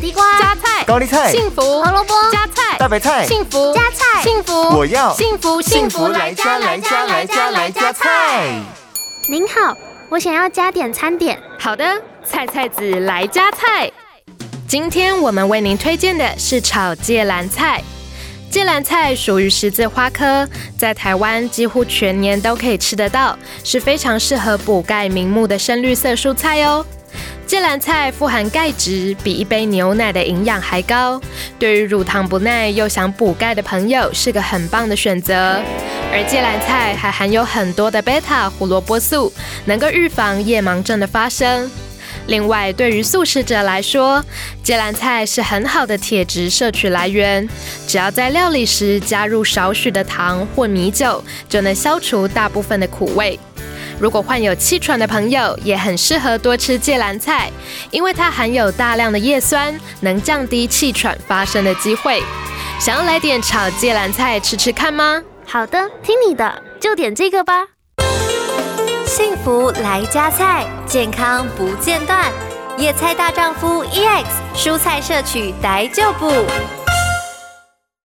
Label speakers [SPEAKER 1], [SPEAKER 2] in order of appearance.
[SPEAKER 1] 地瓜、
[SPEAKER 2] 加菜、
[SPEAKER 3] 高丽菜、
[SPEAKER 2] 幸福、
[SPEAKER 1] 胡萝卜、
[SPEAKER 2] 加菜、
[SPEAKER 3] 大白菜、
[SPEAKER 2] 幸福、
[SPEAKER 1] 加菜
[SPEAKER 2] 幸福，
[SPEAKER 3] 我要
[SPEAKER 2] 幸福
[SPEAKER 3] 幸福来家来家来家来家菜。
[SPEAKER 1] 您好，我想要加点餐点。
[SPEAKER 2] 好的，菜菜子来加菜。今天我们为您推荐的是炒芥蓝菜。芥蓝菜属于十字花科，在台湾几乎全年都可以吃得到，是非常适合补钙明目的深绿色蔬菜哦。芥蓝菜富含钙质，比一杯牛奶的营养还高，对于乳糖不耐又想补钙的朋友是个很棒的选择。而芥蓝菜还含有很多的贝塔胡萝卜素，能够预防夜盲症的发生。另外，对于素食者来说，芥蓝菜是很好的铁质摄取来源。只要在料理时加入少许的糖或米酒，就能消除大部分的苦味。如果患有气喘的朋友，也很适合多吃芥蓝菜，因为它含有大量的叶酸，能降低气喘发生的机会。想要来点炒芥蓝菜吃吃看吗？
[SPEAKER 1] 好的，听你的，就点这个吧。
[SPEAKER 4] 幸福来加菜，健康 E 不间断。野菜大丈夫 EX 蔬菜摄取逮就补。